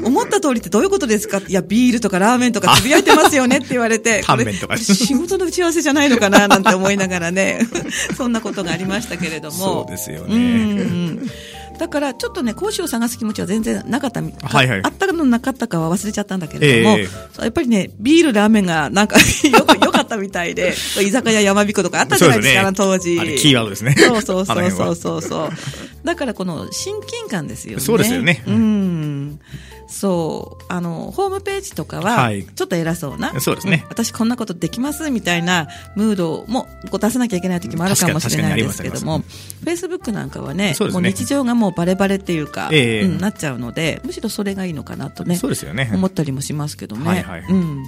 Speaker 2: 思った通りってどういうことですかいや、ビールとかラーメンとかつぶやいてますよねって言われて
Speaker 1: タンメンとか
Speaker 2: これ仕事の打ち合わせじゃないのかな、なんて思いながらね。 そんなことがありましたけれども。
Speaker 1: そうですよね
Speaker 2: うんだから、ちょっとね、講師を探す気持ちは全然なかったみ、
Speaker 1: はいはい
Speaker 2: あったかのなかったかは忘れちゃったんだけれども、
Speaker 1: ええ
Speaker 2: そうやっぱりね、ビール、ラーメンがなんか よく、良かったみたいで、居酒屋やまびことかあったじゃないですか、あの当時。
Speaker 1: あれキーワードですね。
Speaker 2: そうそうそ
Speaker 1: あの
Speaker 2: う
Speaker 1: 辺
Speaker 2: そう
Speaker 1: は
Speaker 2: そうそう。だからこの親近感ですよね。
Speaker 1: そうですよね
Speaker 2: うん。そう。あの、ホームページとかは
Speaker 1: は、い
Speaker 2: ちょっと偉そうな。
Speaker 1: そうですね
Speaker 2: ん私こんなことできますみたいなムードもこう出さなきゃいけない時もあるかもしれないですけども
Speaker 1: 確、
Speaker 2: Facebook なんかはね、
Speaker 1: そうです
Speaker 2: も
Speaker 1: ね
Speaker 2: う日常がもうバレバレっていうか、
Speaker 1: ええ
Speaker 2: うんなっちゃうので、むしろそれがいいのかなとね。
Speaker 1: そうですよ ね。
Speaker 2: 思ったりもしますけどね。
Speaker 1: はいはい
Speaker 2: うん、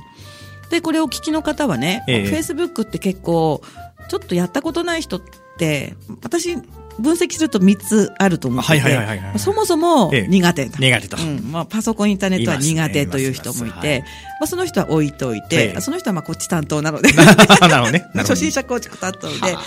Speaker 2: でこれをお聞きの方はね、
Speaker 1: ええ
Speaker 2: Facebook って結構ちょっとやったことない人って私分析すると3つあると思ってて、
Speaker 1: はいはいはいはいはい
Speaker 2: そもそも
Speaker 1: ええ
Speaker 2: 苦手だ、
Speaker 1: 苦手と。
Speaker 2: うんまあ、パソコン、インターネットはい
Speaker 1: ますね
Speaker 2: 苦手という人もい
Speaker 1: います
Speaker 2: て、
Speaker 1: はい
Speaker 2: まあ、その人は置いといて、
Speaker 1: ええ
Speaker 2: その人はまあこっち担当なので、
Speaker 1: なるほどね。なるほど
Speaker 2: 初心者構築担当で
Speaker 1: は、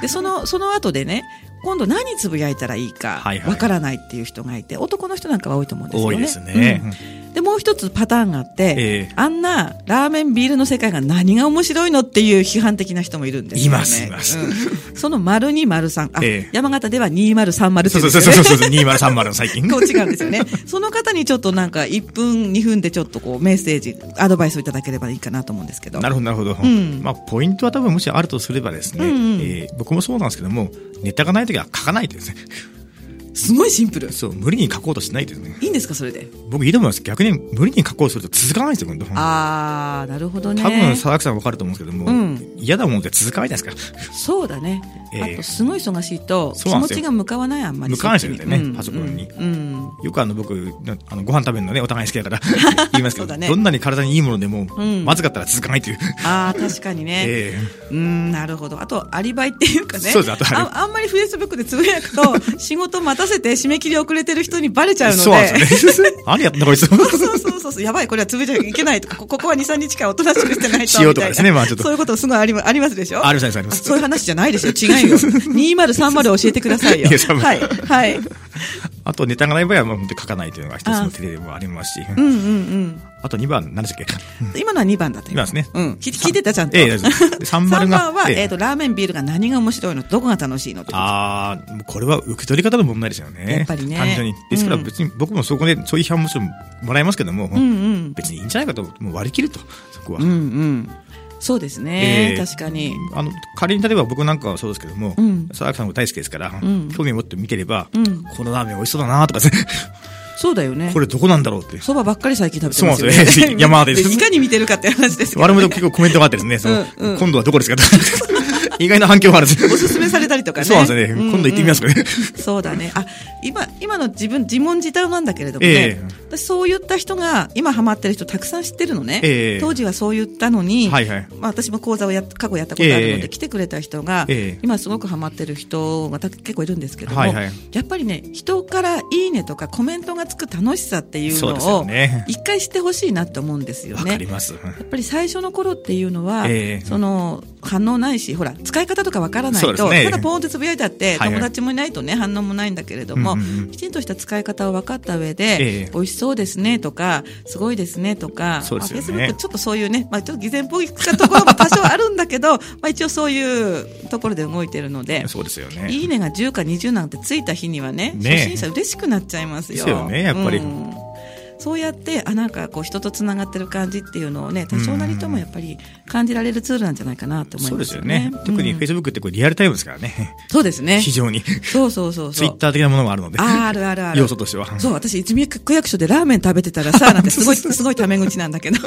Speaker 2: で、その、その後でね、今度何つぶやいたらいいか
Speaker 1: はい、はい
Speaker 2: わからないっていう人がいて、男の人なんかは多いと思うんですよ
Speaker 1: 多
Speaker 2: ね。
Speaker 1: いですね
Speaker 2: うん。で、もう一つパターンがあって、
Speaker 1: ええ
Speaker 2: あんなラーメンビールの世界が何が面白いのっていう批判的な人もいるんですよね。
Speaker 1: いますいます
Speaker 2: うんその丸2、丸3。あ、
Speaker 1: ええ
Speaker 2: 山形では2030って
Speaker 1: そ
Speaker 2: いう
Speaker 1: うんそ
Speaker 2: で
Speaker 1: うそ
Speaker 2: す
Speaker 1: う
Speaker 2: よね。
Speaker 1: そうそう、2030の最近。
Speaker 2: こう違うんですよね。 その方にちょっとなんか1分、2分でちょっとこうメッセージ、アドバイスをいただければいいかなと思うんですけ ど。
Speaker 1: なるほど、なるほど。
Speaker 2: ん
Speaker 1: まあ、ポイントは多分もしあるとすればですね、
Speaker 2: うんうん
Speaker 1: えー僕もそうなんですけども、ネタがないときは書かないですね。
Speaker 2: すごいシンプル。
Speaker 1: そう、無理に書こうとしないですね。
Speaker 2: いいんですか、それで。
Speaker 1: 僕いいと思います。逆に無理に書こうとすると続かないですよ、今度。
Speaker 2: あー、なるほどね。
Speaker 1: 多分、佐々木さんわかると思うんですけども、
Speaker 2: うん
Speaker 1: 嫌なものって続かないじゃないですか。
Speaker 2: そうだね。
Speaker 1: ええ
Speaker 2: あと、すごい忙しいと、
Speaker 1: そう
Speaker 2: 気
Speaker 1: なん
Speaker 2: 持
Speaker 1: ですよ
Speaker 2: ちが向かわない、あんまり。
Speaker 1: 向かわないですよね
Speaker 2: そっちに
Speaker 1: パソコンに
Speaker 2: うんうん。
Speaker 1: よくあの僕、なあのご飯食べるのね、お互い好き だから言いますけ
Speaker 2: そ
Speaker 1: ど、
Speaker 2: うだね
Speaker 1: どんなに体にいいものでも、
Speaker 2: ん
Speaker 1: まずかったら続かないという。
Speaker 2: あー、確かにね。
Speaker 1: ええ
Speaker 2: うん、なるほど。あと、アリバイっていうかね。
Speaker 1: そうですあとアリバイ
Speaker 2: ああんまりフェイスブックでつぶやくと、仕事また任せて締め切り遅れてる人にバ レちゃうので。
Speaker 1: そうなんですよね。 何やってんだこいつ。
Speaker 2: そうそうそうそうそう。やばい、これは潰れちゃいけないとか、こここは2、3日間おとなしくしてないと。
Speaker 1: しようとかですねまあちょっと
Speaker 2: そういうことすごいありまありますでしょ
Speaker 1: ありますあります
Speaker 2: そういう話じゃないですよ。違うよ。2030教えてくださいよ。
Speaker 1: いや寒い
Speaker 2: はい。はい。う
Speaker 1: あとネタがない場合はもう本当に書かないというのが一つの手でもありますし。
Speaker 2: んうん
Speaker 1: あと2番、何でしたっけ
Speaker 2: うん。今のは2番だった
Speaker 1: 2番ですね。
Speaker 2: うん。聞い聞いてたちゃんと。
Speaker 1: ええ大丈夫ですで
Speaker 2: 3
Speaker 1: 3
Speaker 2: 番
Speaker 1: 番が
Speaker 2: は、
Speaker 1: ええ
Speaker 2: えっと、ラーメンビールが何が面白いのどこが楽しいのってこと
Speaker 1: ああ、これは受け取り方の問題ですよね。
Speaker 2: やっぱりね
Speaker 1: 単純に。ですから別に僕もそこでそういう批判もちろんもらえますけども、
Speaker 2: うんうん
Speaker 1: 別にいいんじゃないかと、もう割り切ると、そこは。
Speaker 2: うんうん。そうです
Speaker 1: え
Speaker 2: ね。
Speaker 1: え
Speaker 2: 確かに。
Speaker 1: あの仮に例えば僕なんかはそうですけども、
Speaker 2: うん
Speaker 1: 佐々木さんも大好きですから、
Speaker 2: ん
Speaker 1: 興味を持って見てれば、
Speaker 2: うん
Speaker 1: このラーメン美味しそうだ なとかですね、
Speaker 2: そうだよね
Speaker 1: こ。れどこなんだろうって。
Speaker 2: そばばっかり最近食べてますよね。
Speaker 1: そうなんです よ山です
Speaker 2: いかに見てるかって話ですけど
Speaker 1: 我々も結構コメントがあってですね、その
Speaker 2: うんうん
Speaker 1: 今度はどこですかと か意外な反響があるんです。
Speaker 2: おすすめされたりとかね。
Speaker 1: そうなんですよね。今度行ってみますかね。
Speaker 2: そうだね。あ、今、今の自分、自問自答なんだけれどもね
Speaker 1: ええ。
Speaker 2: 私そういった人が、今ハマってる人たくさん知ってるのね。
Speaker 1: ええ
Speaker 2: 当時はそう言ったのに、
Speaker 1: はいはい
Speaker 2: まあ私も講座をやっ過去やったことあるの
Speaker 1: え
Speaker 2: で、
Speaker 1: え
Speaker 2: 来てくれた人が、
Speaker 1: ええ
Speaker 2: 今すごくハマってる人がた結構いるんですけども、
Speaker 1: はいはい
Speaker 2: やっぱりね、人からいいねとかコメントがつく楽しさっていう
Speaker 1: そう
Speaker 2: の
Speaker 1: ですよ
Speaker 2: を、
Speaker 1: ね。
Speaker 2: 一回してほしいなって思うんですよ
Speaker 1: わ、
Speaker 2: ね。
Speaker 1: かります。
Speaker 2: やっぱり最初の頃っていうのは、
Speaker 1: ええ
Speaker 2: その反応ないし、ほら、使い方とかわからない
Speaker 1: そうで
Speaker 2: と、
Speaker 1: すね
Speaker 2: ただポーンってつぶやいたっ
Speaker 1: は
Speaker 2: て、
Speaker 1: いはい
Speaker 2: 友達もいないとね、反応もないんだけれども、
Speaker 1: うんうんうん
Speaker 2: きちんとした使い方を分かった上で、
Speaker 1: ええ
Speaker 2: 美味しそうですねとか、すごいですねとか、
Speaker 1: そうですよね
Speaker 2: まあ Facebook ちょっとそういうね、まあ、ちょっと偽善っぽいところも多少あるんだけど、ま あ一応そういうところで動いてるので、
Speaker 1: そうですよね。
Speaker 2: いいねが10か20なんてついた日にはね、
Speaker 1: ね
Speaker 2: 初心者嬉しくなっちゃいますよ。
Speaker 1: ですよねやっぱり
Speaker 2: うんそうやってあなんかこう人とつながってる感じっていうのをね多少なりともやっぱり感じられるツールなんじゃないかなと思い
Speaker 1: そう
Speaker 2: ま
Speaker 1: ですす
Speaker 2: よ
Speaker 1: よ
Speaker 2: ね
Speaker 1: ね。。特に
Speaker 2: うん
Speaker 1: Facebook ってこれリアルタイムですからね。
Speaker 2: そうですね。
Speaker 1: 非常に。
Speaker 2: そうそうそうそう。
Speaker 1: Twitter 的なものがあるので。
Speaker 2: あーあるあるある。
Speaker 1: 要素としては。
Speaker 2: そう、私、一宮区役所でラーメン食べてたらさ、なんてすごい、すごいタメ口なん だけど、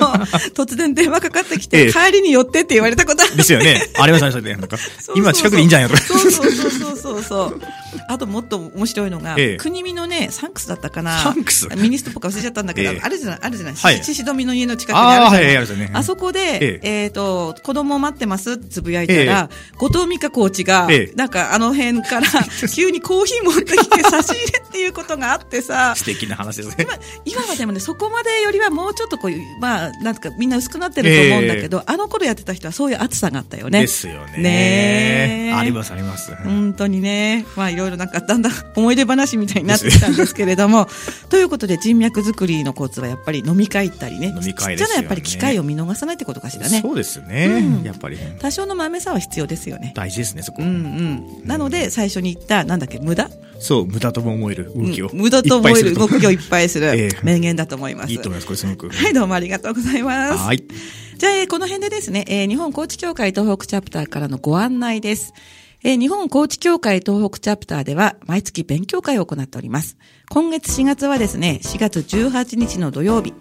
Speaker 2: 突然電話かかってきて、
Speaker 1: ええ
Speaker 2: 帰りに寄ってって言われたことある
Speaker 1: ですよね。ありました、ありましたね。なんか
Speaker 2: そうそうそう、
Speaker 1: 今近くでいいんじゃないのと
Speaker 2: そうそうそうそうそうそう。あともっと面白いのが、
Speaker 1: ええ
Speaker 2: 国見のね、サンクスだったかな。
Speaker 1: サンクス
Speaker 2: ミニストポか忘れちゃったんだけど、
Speaker 1: ええ
Speaker 2: あるじゃない、あるじゃない。
Speaker 1: はい
Speaker 2: ししどみの家の近くに
Speaker 1: あ
Speaker 2: あるじゃない。
Speaker 1: ーはいはいあるじゃない
Speaker 2: あそこで
Speaker 1: え、
Speaker 2: えっ、と、子供待ってますってつぶやいたら、後藤美香コーチが、
Speaker 1: ええ
Speaker 2: なんかあの辺から 急にコーヒー持ってきて差し入れっていうことがあってさ、
Speaker 1: 素敵な話ですね。
Speaker 2: まあ今はでもね、そこまでよりはもうちょっとこういう、まあ、なんかみんな薄くなってると思うんだけど、あの頃やってた人はそういう暑さがあったよね。
Speaker 1: ですよね。
Speaker 2: ねえ
Speaker 1: あります、あります。
Speaker 2: 本当にね、まあいろいろなんかだんだん思い出話みたいになってきたんですけれど も、ということで人脈作りのコツはやっぱり飲み会行ったりね、
Speaker 1: 飲み会
Speaker 2: ち
Speaker 1: です
Speaker 2: っ
Speaker 1: よね
Speaker 2: ちゃなやっぱり機会を見逃さないってことかしらね
Speaker 1: そ。うですね。やっぱり。
Speaker 2: 多少の豆さは必要ですよね。
Speaker 1: 大事ですね、そこ
Speaker 2: うん。うん。なので最初に言った、なんだっけ、無駄
Speaker 1: そう、無駄とも思える動きを。
Speaker 2: うん無駄と思える動きをい
Speaker 1: いっぱいす
Speaker 2: っぱ いする
Speaker 1: ええ
Speaker 2: 名言だと思いま す。
Speaker 1: いいと思います、これすごく。
Speaker 2: はい、どうもありがとうございます。
Speaker 1: はい。
Speaker 2: じゃあ、えーこの辺でですね、えー日本高知協会東北チャプターからのご案内です。えー日本高知協会東北チャプターでは、毎月勉強会を行っております。今月4月はですね、4月18日の土曜日、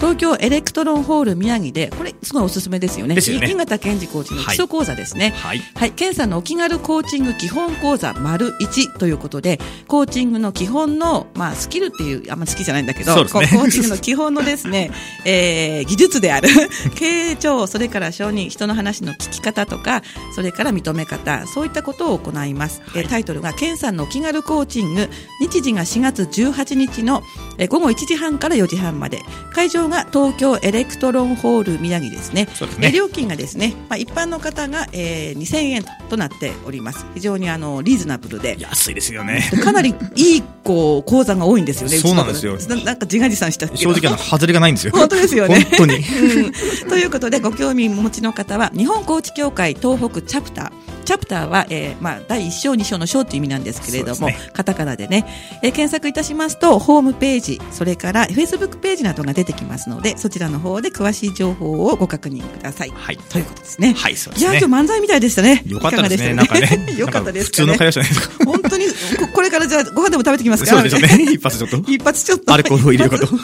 Speaker 2: 東京エレクトロンホール宮城で、これ、すごいおすすめですよね。
Speaker 1: ですよね
Speaker 2: 新潟健二コーチの基礎講座ですね。
Speaker 1: はい。
Speaker 2: はい、健さんのお気軽コーチング基本講座丸一ということで、コーチングの基本の、まあ、スキルっていう、あんま好きじゃないんだけど、
Speaker 1: そうですね
Speaker 2: こコーチングの基本のですね、 えー技術である、 経営長、それから承認、人の話の聞き方とか、それから認め方、そういったことを行います。えータイトルが、健さんのお気軽コーチング、日時が4月18日の、えー午後1時半から4時半まで、会場が東京エレクトロンホール宮城ですね。
Speaker 1: そうですね
Speaker 2: えー料金がですね、まあ、一般の方が、えー2000円ととなっております非常にあのリーズナブルで
Speaker 1: 安いですよね。
Speaker 2: かなりいいこう講座が多いんですよね
Speaker 1: そうなんですよ
Speaker 2: うちのななんか自画自賛したけど
Speaker 1: 正直、あの、外れがないんですよ。
Speaker 2: 本当ですよね
Speaker 1: 本当に。
Speaker 2: うん ということでご興味持ちの方は日本コーチ協会東北チャプターチャプターは、えーまあ、第1章2章の章という意味なんですけれど
Speaker 1: そ
Speaker 2: も、
Speaker 1: うです
Speaker 2: カタカナでね、えー検索いたしますとホームページそれからフェイスブックページなどが出てきますのでそちらの方で詳しい情報をご確認ください、
Speaker 1: はい
Speaker 2: ということですね。
Speaker 1: はい、そうで
Speaker 2: い
Speaker 1: す
Speaker 2: やー
Speaker 1: ね。
Speaker 2: 今日漫才みたいでしたね。
Speaker 1: よかったですね。
Speaker 2: い
Speaker 1: なん
Speaker 2: が
Speaker 1: か
Speaker 2: でした。
Speaker 1: ね
Speaker 2: よかったですか
Speaker 1: なん普通の会話
Speaker 2: ね。
Speaker 1: じゃないで すか。
Speaker 2: 本当にここれからじゃあご飯でも食べてきますか。
Speaker 1: そうですよね。一発ちょっと。
Speaker 2: 一発ちょっと。
Speaker 1: アルコールを入れること
Speaker 2: 一。発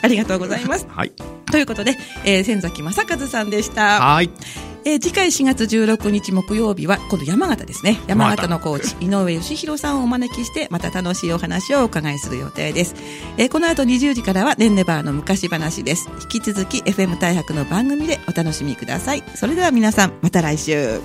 Speaker 2: ありがとうございます。
Speaker 1: はい。
Speaker 2: ということで、えー、千崎正和さんでした。
Speaker 1: はい。
Speaker 2: えー次回4月16日木曜日は、今度山形ですね。山
Speaker 1: 山形
Speaker 2: 形のコーチ、井上義弘さんをお招きして、また楽しいお話をお伺いする予定です。えーこの後20時からは、ネンネバーの昔話です。引き続き、FM 大白の番組でお楽しみください。それでは皆さん、また来週。